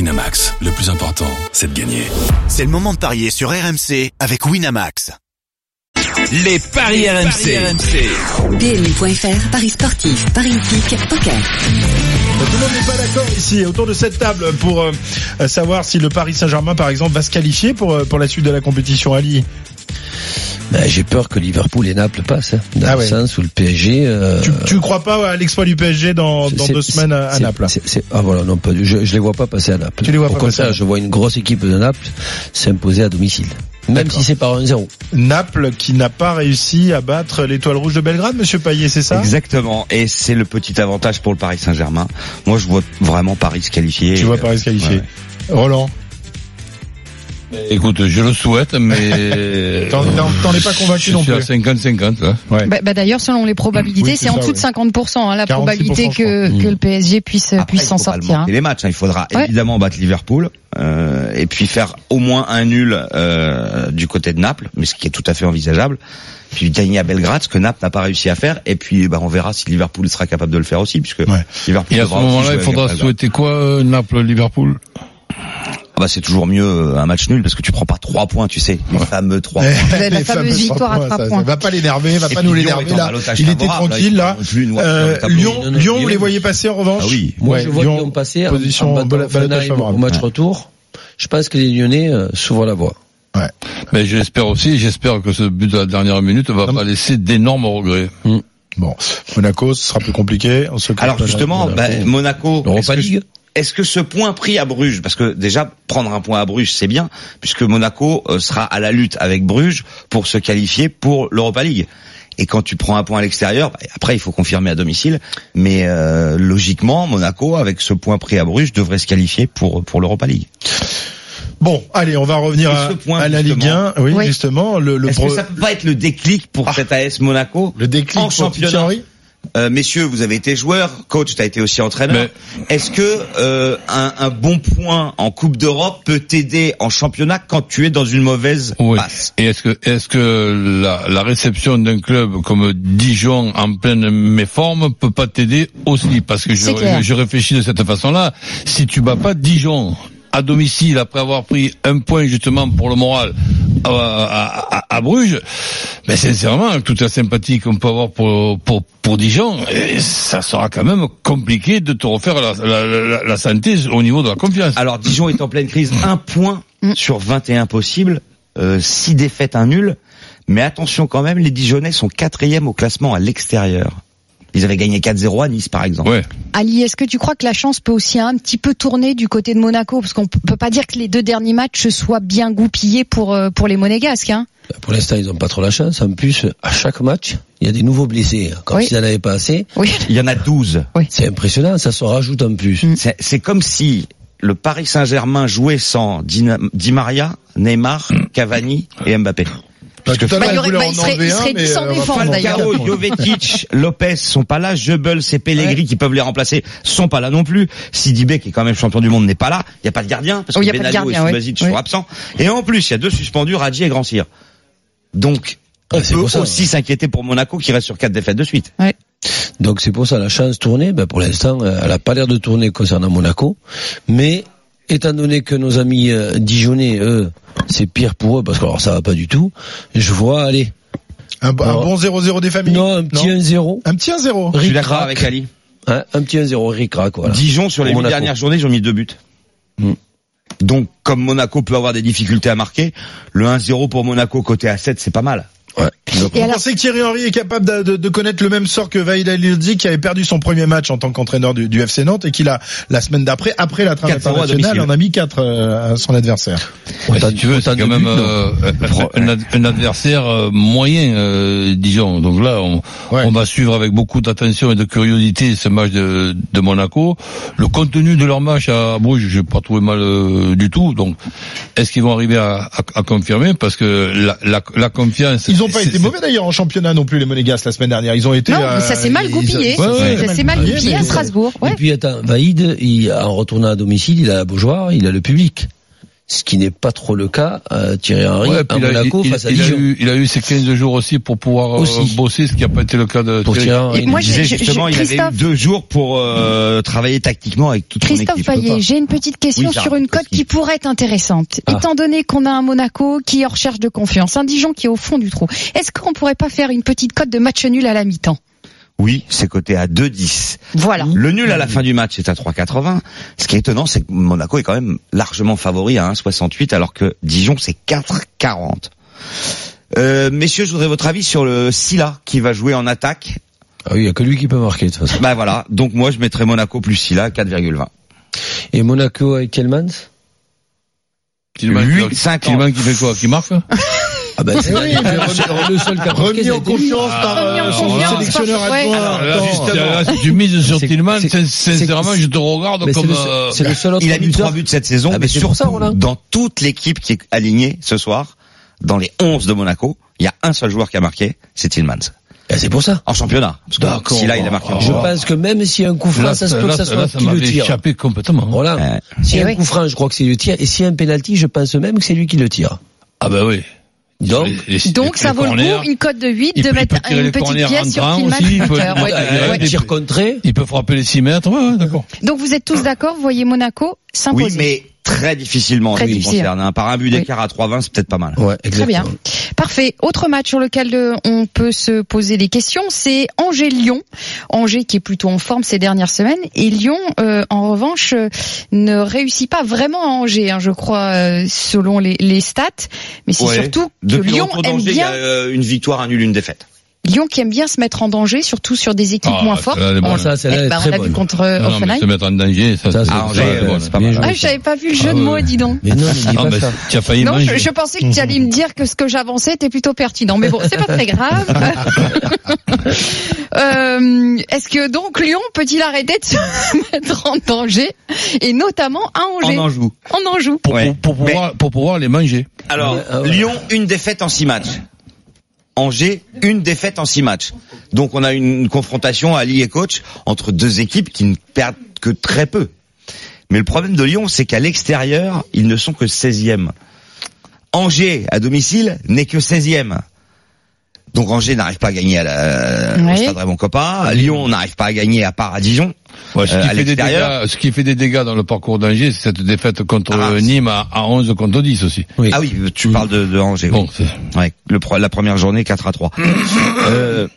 Winamax, le plus important, c'est de gagner. C'est le moment de parier sur RMC avec Winamax. Les paris, RMC. PMU.fr, Paris sportif, Paris hippique, poker. Tout le monde n'est pas d'accord ici autour de cette table pour euh, euh, savoir si le Paris Saint-Germain par exemple va se qualifier pour euh, pour la suite de la compétition Ali. Ben, J'ai peur que Liverpool et Naples passent, hein, dans Ah le ouais. sens où le PSG. euh, Tu tu crois pas à l'exploit du PSG dans dans c'est- deux semaines à, à c'est- Naples c'est- c'est- ah voilà, non pas. du- Je, je les vois pas passer à Naples. Tu les vois Au pas passer à contraire, je vois une grosse équipe de Naples s'imposer à domicile, même D'accord. si c'est par 1-0. Naples qui n'a pas réussi à battre l'étoile rouge de Belgrade monsieur Payet, c'est ça Exactement. Et c'est le petit avantage pour le Paris Saint-Germain. Moi, je vois vraiment Paris se qualifier. euh, Tu vois Paris se qualifier. ouais, Roland, Écoute, je le souhaite, mais... T'en- t'en- t'en es pas convaincu non plus. Je suis à 50-50, là. Bah, bah, D'ailleurs, selon les probabilités, Oui, c'est c'est en ça, dessous de oui. 50%, hein, la 46%, probabilité je que, crois. que le PSG puisse Après, puisse il s'en faut pas le sortir. manquer hein. les matchs, hein. il faudra Ouais. évidemment battre Liverpool euh, et puis faire au moins un nul euh, du côté de Naples, mais ce qui est tout à fait envisageable. Puis gagner à Belgrade, ce que Naples n'a pas réussi à faire. Et puis, bah, on verra si Liverpool sera capable de le faire aussi, puisque Ouais. Liverpool. Et à ce devra aussi moment-là, jouer il faudra avec Belgrade. souhaiter quoi, euh, Naples-Liverpool Ah Bah, c'est toujours mieux euh, un match nul parce que tu prends pas trois points, tu sais, les fameux trois. points. La Les fameuse fameux victoire à trois trois ça- ça points. va pas l'énerver, va Et Eh, pas puis nous Lyon l'énerver est en là. balotage Il était favorable, tranquille là. ils sont plus une noix dans le Euh, tableau. Lyon, Non, non, Lyon, vous Lyon. les voyez passer en revanche. Ah oui. Moi, Ouais, je vois Lyon, Lyon passer en- position en bal- balotage balotage favorable. au match retour. Je pense que les Lyonnais euh, s'ouvrent la voie. Mais Ben, j'espère aussi, j'espère que ce but de la dernière minute va Non, pas laisser d'énormes regrets. Bon, Monaco, ce sera plus compliqué. On se Alors justement, bah, Monaco, est-ce L'Europa que, League. est-ce que ce point pris à Bruges, parce que déjà prendre un point à Bruges c'est bien, puisque Monaco euh, sera à la lutte avec Bruges pour se qualifier pour l'Europa League. Et quand tu prends un point à l'extérieur, bah, après il faut confirmer à domicile, mais euh, logiquement Monaco avec ce point pris à Bruges devrait se qualifier pour pour l'Europa League. Bon, allez, on va revenir Et à, ce point, à la justement. Ligue 1. Oui, Oui. justement, le, le, Est-ce pro- Ah. que ça peut pas être le déclic pour cette AS Monaco le déclic en pour championnat Thierry Euh, messieurs, vous avez été joueur, coach, tu as été aussi entraîneur. Est-ce que euh, un, un bon point en Coupe d'Europe peut t'aider en championnat quand tu es dans une mauvaise Oui. passe Et est-ce que, est-ce que la, la réception d'un club comme Dijon en pleine méforme peut pas t'aider aussi Parce que je, C'est clair. je- je réfléchis de cette façon-là. Si tu bats pas Dijon à domicile après avoir pris un point justement pour le moral à, à- à- à Bruges, mais sincèrement, avec toute la sympathie qu'on peut avoir pour pour pour Dijon, eh, ça sera quand même compliqué de te refaire la, la- la- la santé au niveau de la confiance. Alors Dijon est en pleine crise, un point Mm. sur 21 possible, euh, six défaites, un nul. Mais attention quand même, les Dijonnais sont quatrième au classement à l'extérieur. Ils avaient gagné 4-0 à Nice par exemple. Ouais. Ali, est-ce que tu crois que la chance peut aussi un petit peu tourner du côté de Monaco Parce qu'on p- peut pas dire que les deux derniers matchs soient bien goupillés pour, euh, pour les Monégasques. Hein. Pour l'instant, ils n'ont pas trop la chance. En plus, à chaque match, il y a des nouveaux blessés. Comme Oui. s'ils n'en avaient pas assez, Oui. Il y en a 12. c'est impressionnant. Ça se rajoute en plus. Mm. C'est c'est comme si le Paris Saint-Germain jouait sans Dina- Di Maria, Neymar, Mm. Cavani et Mbappé. Parce que tout à Bah, l'heure, il y il aurait- voulait bah, en il serait- enlever il un, serait mais, sans euh, on va défendre, pas le d'ailleurs. Falcao, garder. Jovetic, Lopez sont pas là, Jebel, c'est Pellegrini qui peuvent les remplacer, sont pas là non plus. Sidibé qui est quand même champion du monde n'est pas là, il y a pas de gardien parce Oh, que y a pas de Benaglio et gardien, ouais. Subasic Ouais. sont absents. Et en plus, il y a deux suspendus, Radji et Grand-Cyr. Donc Ah, on c'est peut pour ça. aussi s'inquiéter pour Monaco qui reste sur quatre défaites de suite. Ah Donc c'est pour ça la chance tournée, ben pour l'instant, euh, elle n'a pas l'air de tourner concernant Monaco. Mais étant donné que nos amis euh, dijonnais, eux, c'est pire pour eux, parce que alors ça va pas du tout, je vois, allez, Un, un bon 0-0 des familles non, un petit 1-0, Un petit 1-0. Je suis ric Hein, d'accord avec Ali. un petit 1-0, ric-rac, voilà. Dijon sur les Pour huit Monaco. dernières journées, ils ont mis deux buts. Mm. Donc, comme Monaco peut avoir des difficultés à marquer, le 1-0 pour Monaco côté à 7, c'est pas mal. Et Vous alors, pensez que Thierry Henry est capable de, de- de connaître le même sort que Vaïd Eliozi qui avait perdu son premier match en tant qu'entraîneur du, du FC Nantes et qui a, la semaine d'après, après la trame 4-0 à internationale, domicile. en a mis 4 à son adversaire. Ouais, Autant- Bah, si tu veux, autant c'est quand de même buts, non. hein. euh, un, un ad- un adversaire euh, moyen, euh, disons. Donc là, on, Ouais. on va suivre avec beaucoup d'attention et de curiosité ce match de, de Monaco. Le contenu de leur match à Bruges, je n'ai pas trouvé mal euh, du tout. Donc, est-ce qu'ils vont arriver à, à- à confirmer Parce que la, la, la confiance... Ils ont pas c'est- été c'est- mauvais d'ailleurs en championnat non plus les Monégas la semaine dernière. Ils ont été. non, euh, mais ça s'est mal ils- goupillé. ils- ouais, ouais, ça s'est mal parié, goupillé mais- à Strasbourg. Et Ouais. puis attends, Vaïd, il, en retournant à domicile, il a la Beaujoire, il a le public. ce qui n'est pas trop le cas euh, Thierry Henry Ouais, à puis il, a, Monaco il- face à il a Dijon. eu, il a eu ses 15 jours aussi pour pouvoir euh, Aussi. bosser, ce qui n'a pas été le cas de Pour Thierry. Thierry Henry, Et moi, disait je- je- justement, je- il avait eu Christophe- deux jours pour euh, travailler tactiquement avec toute son Christophe équipe. Payet, j'ai une petite question Oui, Sarah, sur une cote vas-y. qui pourrait être intéressante. Ah. Étant donné qu'on a un Monaco qui est en recherche de confiance, un Dijon qui est au fond du trou, est-ce qu'on pourrait pas faire une petite cote de match nul à la mi-temps Oui, c'est coté à 2-10. Voilà. Le nul à la fin du match est à 3,80. Ce qui est étonnant, c'est que Monaco est quand même largement favori à 1,68, alors que Dijon, c'est 4,40. Euh, messieurs, je voudrais votre avis sur le Silla qui va jouer en attaque. Ah oui, il y a que lui qui peut marquer de toute façon. Bah voilà, donc moi je mettrais Monaco plus Silla 4,20. Et Monaco avec Kelmans Tillman qui- 8, 50. Tillman qui fait quoi Qui marque Ah ben c'est Oui, mais le, le seul qui a marqué, Remis en c'était lui. confiance par Remis en euh, son confiance, sélectionneur parfois, ouais. adjoint. Là, Attends. juste- là, si tu mises sur C'est- Tillman, c'est- sin- sincèrement, c'est- je te regarde Mais c'est comme... le seul- euh, c'est le seul autre Il a mis buteur. trois buts cette saison, Ah, mais mais c'est pour ça, surtout Roland. dans toute l'équipe qui est alignée ce soir, dans les 11 de Monaco, il y a un seul joueur qui a marqué, c'est Tillmans. Ah, c'est pour ça. En championnat. Parce que D'accord. Silla, il a marqué. en Je Oh. championnat. pense que même si un coup franc, Là, ça se peut que là, ça soit là, qui le m'avait tire. échappé complètement. hein. Voilà. Ouais. Si Eh un oui. coup franc, je crois que c'est le tir. Et si un penalty, je pense même que c'est lui qui le tire. Ah bah oui. Donc, Et- et- Donc et- ça et vaut le corner, coup, une cote de 8, il de peut- il mettre peut tirer une les petite corners pièce en sur train Tillman. aussi, il peut- Hunter, ouais, Ah, euh, ouais. des- tir contré. Il peut frapper les 6 mètres, ouais, ouais, d'accord. Donc vous êtes tous d'accord, voyez Monaco Oui, s'imposer. mais très difficilement en Très ce qui me difficile. concerne. hein. Par un but d'écart à 3,20, c'est peut-être pas mal. Ouais, Très bien. exactement. Parfait. Autre match sur lequel euh, on peut se poser des questions, c'est Angers-Lyon. Angers qui est plutôt en forme ces dernières semaines. Et Lyon, euh, en revanche, euh, ne réussit pas vraiment à Angers, hein, je crois, euh, selon les, les stats. Mais c'est Ouais. surtout que Depuis le Lyon retour aime d'Angers, il y bien, a euh, une victoire, un nul, une défaite. Lyon qui aime bien se mettre en danger, surtout sur des équipes Ah, moins celle-là, fortes. elle est bonne. Ah, ça, celle-là, Eh elle est ben, très on l'a vu bonne. contre Non, euh, non, mais Offenheim. se mettre en danger, ça, Ça, c'est- Ah, Angers, ouais, bon, ouais, c'est pas bien mal. joué, Ah, ça. j'avais pas vu le jeu Ah, de ouais. mots, dis donc. Mais non, mais dis Ah, pas bah, ça. tu as failli Non, manger. je, je pensais que tu allais Mhm. me dire que ce que j'avançais était plutôt pertinent, mais bon, c'est pas très grave. Euh, Est-ce que donc Lyon peut-il arrêter de se mettre en danger et notamment à Angers En Anjou. On en joue. Pour, Ouais. pour, pour Mais- pouvoir, pour pouvoir les manger. Alors, Ouais, ah ouais. Lyon, une défaite en six matchs. Angers, une défaite en six matchs. Donc on a une confrontation, Ali et coach, entre deux équipes qui ne perdent que très peu. Mais le problème de Lyon, c'est qu'à l'extérieur, ils ne sont que 16e. Angers, à domicile, n'est que 16e. Donc Angers n'arrive pas à gagner à la, Ouais. au Stade Raymond Coppa. Lyon n'arrive pas à gagner à part à Dijon. Ouais, ce, Euh, qui à fait des l'extérieur. dégâts, ce qui fait des dégâts dans le parcours d'Angers, c'est cette défaite contre Ah, euh, c'est- Nîmes à, à 11 contre 10 aussi. Oui. Ah oui, tu parles de, de Angers. oui. Bon, c'est- Ouais, le, pro- la première journée 4 à 3. euh,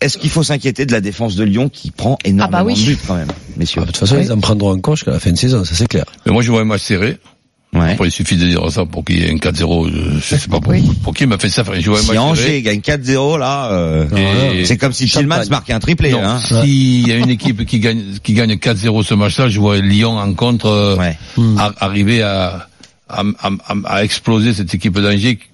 est-ce qu'il faut s'inquiéter de la défense de Lyon qui prend énormément Ah bah oui. de buts quand même, Ah, messieurs de toute façon, ils en prendront encore jusqu'à la fin de saison, ça c'est clair. mais moi, je vois un match serré. Ouais. Après, il suffit de dire ça pour qu'il y ait un 4-0. Je je sais pas pour, Oui. pour qui m'a fait ça. Je vois un Si match serré. Angers gagne 4-0 là, euh, Et- c'est comme si Tillmans Champagne. marquait un triplé. Non, Hein. s'il y a une équipe qui gagne, qui gagne 4-0 ce match-là, je vois Lyon en contre euh, Ouais. ar- arriver à, à, à- à- à exploser cette équipe d'Angers qui-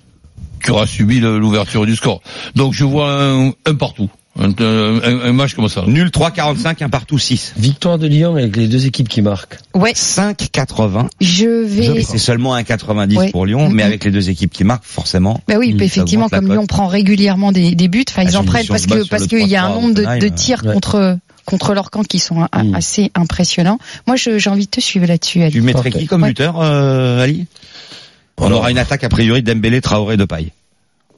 qui aura subi le- l'ouverture du score. Donc je vois un, un partout, un, un- un match comme ça. Nul 3-45, un partout 6. Victoire de Lyon avec les deux équipes qui marquent. Ouais, 5-80. je Et vais. C'est seulement un 90 Ouais. pour Lyon, mais Mhm. avec les deux équipes qui marquent, forcément. Bah oui, Mmh, mais ça effectivement, augmente la comme cote. Lyon prend régulièrement des, des buts, enfin, Ah, ils je en me prennent suis parce rebas que sur parce le qu'il y a un 3-3 nombre de, de Hoffenheim, tirs ouais. contre contre leur camp qui sont a- Hmm. Mmh. assez impressionnants. Moi, je- j'ai envie de te suivre là-dessus. Ali. Tu mettrais Parfait. qui comme Ouais. buteur, euh, Ali On Alors- aura une attaque a priori Dembélé, Traoré, Depay.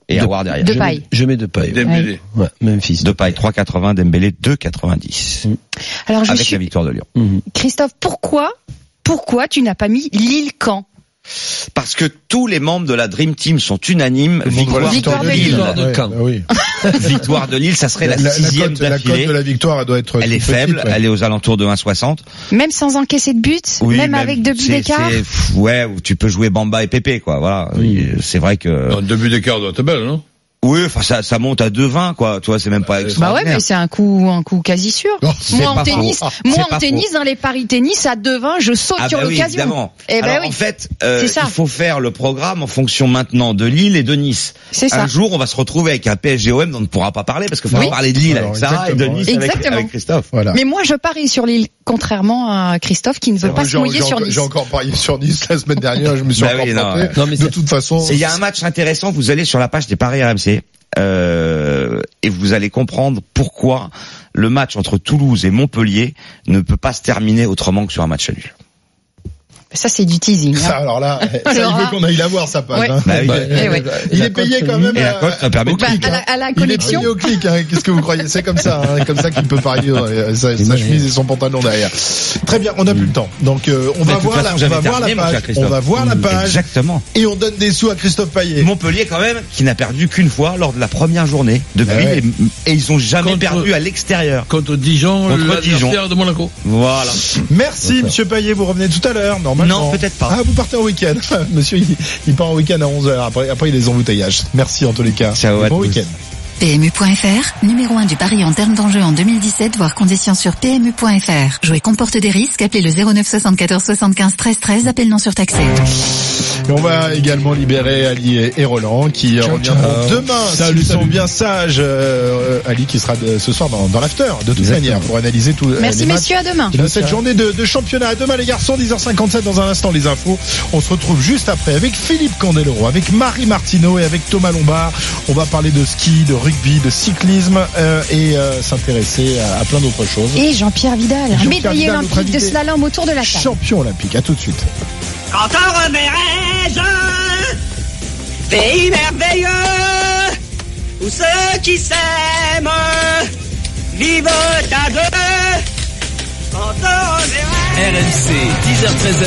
Et De- Aouar derrière. De Je paille. mets- Je mets de paille. Ouais. Dembélé. Ouais, Memphis. Depay 3,80, Dembélé 2,90. Alors, je Avec suis la victoire de Lyon. Mhm. Christophe, pourquoi pourquoi tu n'as pas mis Lille Caen Parce que tous les membres de la Dream Team sont unanimes. Victoire, Victoire de de Lille. Victoire de Ouais, Caen. bah oui. victoire de Lille, ça serait la, La- la sixième cote- la cote d'affilée. de la victoire elle doit être. Elle est toute petite, faible, ouais. elle est aux alentours de 1,60. Même sans encaisser de but, Oui, même, avec deux buts c'est- d'écart. c'est- pff, Ouais, où tu peux jouer Bamba et Pépé, quoi. Voilà. Euh, C'est vrai que. Non, Deux buts d'écart doit être belle, non Oui, enfin, ça, ça monte à 2,20, quoi. Tu vois, c'est même pas Euh, Bah ouais, extraordinaire. mais c'est un coup, un coup quasi sûr. Non, c'est moi en pas tennis, faux. C'est moi en pas tennis, dans les paris tennis à 2-20, je saute Ah sur bah oui, l'occasion. évidemment. Eh ben Alors, oui. En fait, euh, C'est ça. il faut faire le programme en fonction maintenant de Lille et de Nice. C'est ça. Un jour, on va se retrouver avec un PSGOM dont on ne pourra pas parler parce qu'il faudra Oui. parler de Lille Alors, avec Sarah et de exactement. Nice avec- avec, Exactement. Christophe. Voilà. Mais moi, je parie sur Lille, contrairement à Christophe qui ne veut pas se J'ai- mouiller j'ai sur encore- Nice. J'ai encore parié sur Nice la semaine dernière, je me suis Bah encore oui, non, planté. ouais. Non, mais de c'est- toute façon, Et Il y a un match intéressant, vous allez sur la page des Paris RMC euh, et vous allez comprendre pourquoi le match entre Toulouse et Montpellier ne peut pas se terminer autrement que sur un match nul. Ça, c'est du teasing. Ça, hein. alors là, ça, Alors il veut là. qu'on aille la voir, sa page. Ouais. hein. Bah oui. Eh ouais. Il est payé quand même. Et la euh, cote, ça permet de hein. Bah, cliquer. à, la, à la Il est connexion. payé au clic, hein. qu'est-ce que vous croyez C'est comme ça, hein. comme ça qu'il peut parier euh, sa, sa chemise et son pantalon derrière. Très bien, on a plus le temps. Donc euh, on, Mm. Mais va de toute voir, la, façon, on j'avais va voir la terminé, mon cher page, on Christophe. Mm, va voir la page Exactement. et on donne des sous à Christophe Payet. Montpellier quand même qui n'a perdu qu'une fois lors de la première journée depuis Ah ouais. et, et ils ont jamais Contre- perdu à l'extérieur. Contre Dijon, Contre l'adversaire Dijon. de Monaco. Voilà. Merci Monsieur Payet, vous revenez tout à l'heure, normalement. Non, peut-être pas. Ah, vous partez en week-end. Monsieur, il, il part en week-end à 11h, après, après il y a les embouteillages. Merci en tous les cas. Ciao Et à bon tous. week-end. PMU.fr, numéro 1 du pari en termes d'enjeu en 2017, voire conditions sur PMU.fr. Jouer comporte des risques, appelez le 09 74 75 13 13, appel non surtaxé. Et on va également libérer Ali et- et Roland qui euh, reviendront demain. Salut, S'ils sont salut. bien sages, euh, euh, Ali qui sera de- ce soir dans, dans l'after, de toute manière, pour analyser tout euh, Merci les matchs messieurs, à demain. de cette journée de, de championnat. À demain les garçons, 10h57 dans un instant les infos. On se retrouve juste après avec Philippe Candeloro, avec Marie Martineau et avec Thomas Lombard. On va parler de ski, de rugby, de cyclisme euh, et euh, s'intéresser à, à plein d'autres choses. Et Jean-Pierre Vidal, Jean-Pierre médaillé Vidal, notre olympique de invité. slalom autour de la table. Champion olympique, à tout de suite. Quand on reverrai je Pays merveilleux Où ceux qui s'aiment Vivent à deux Quand on reverrai RMC, 10h-13h,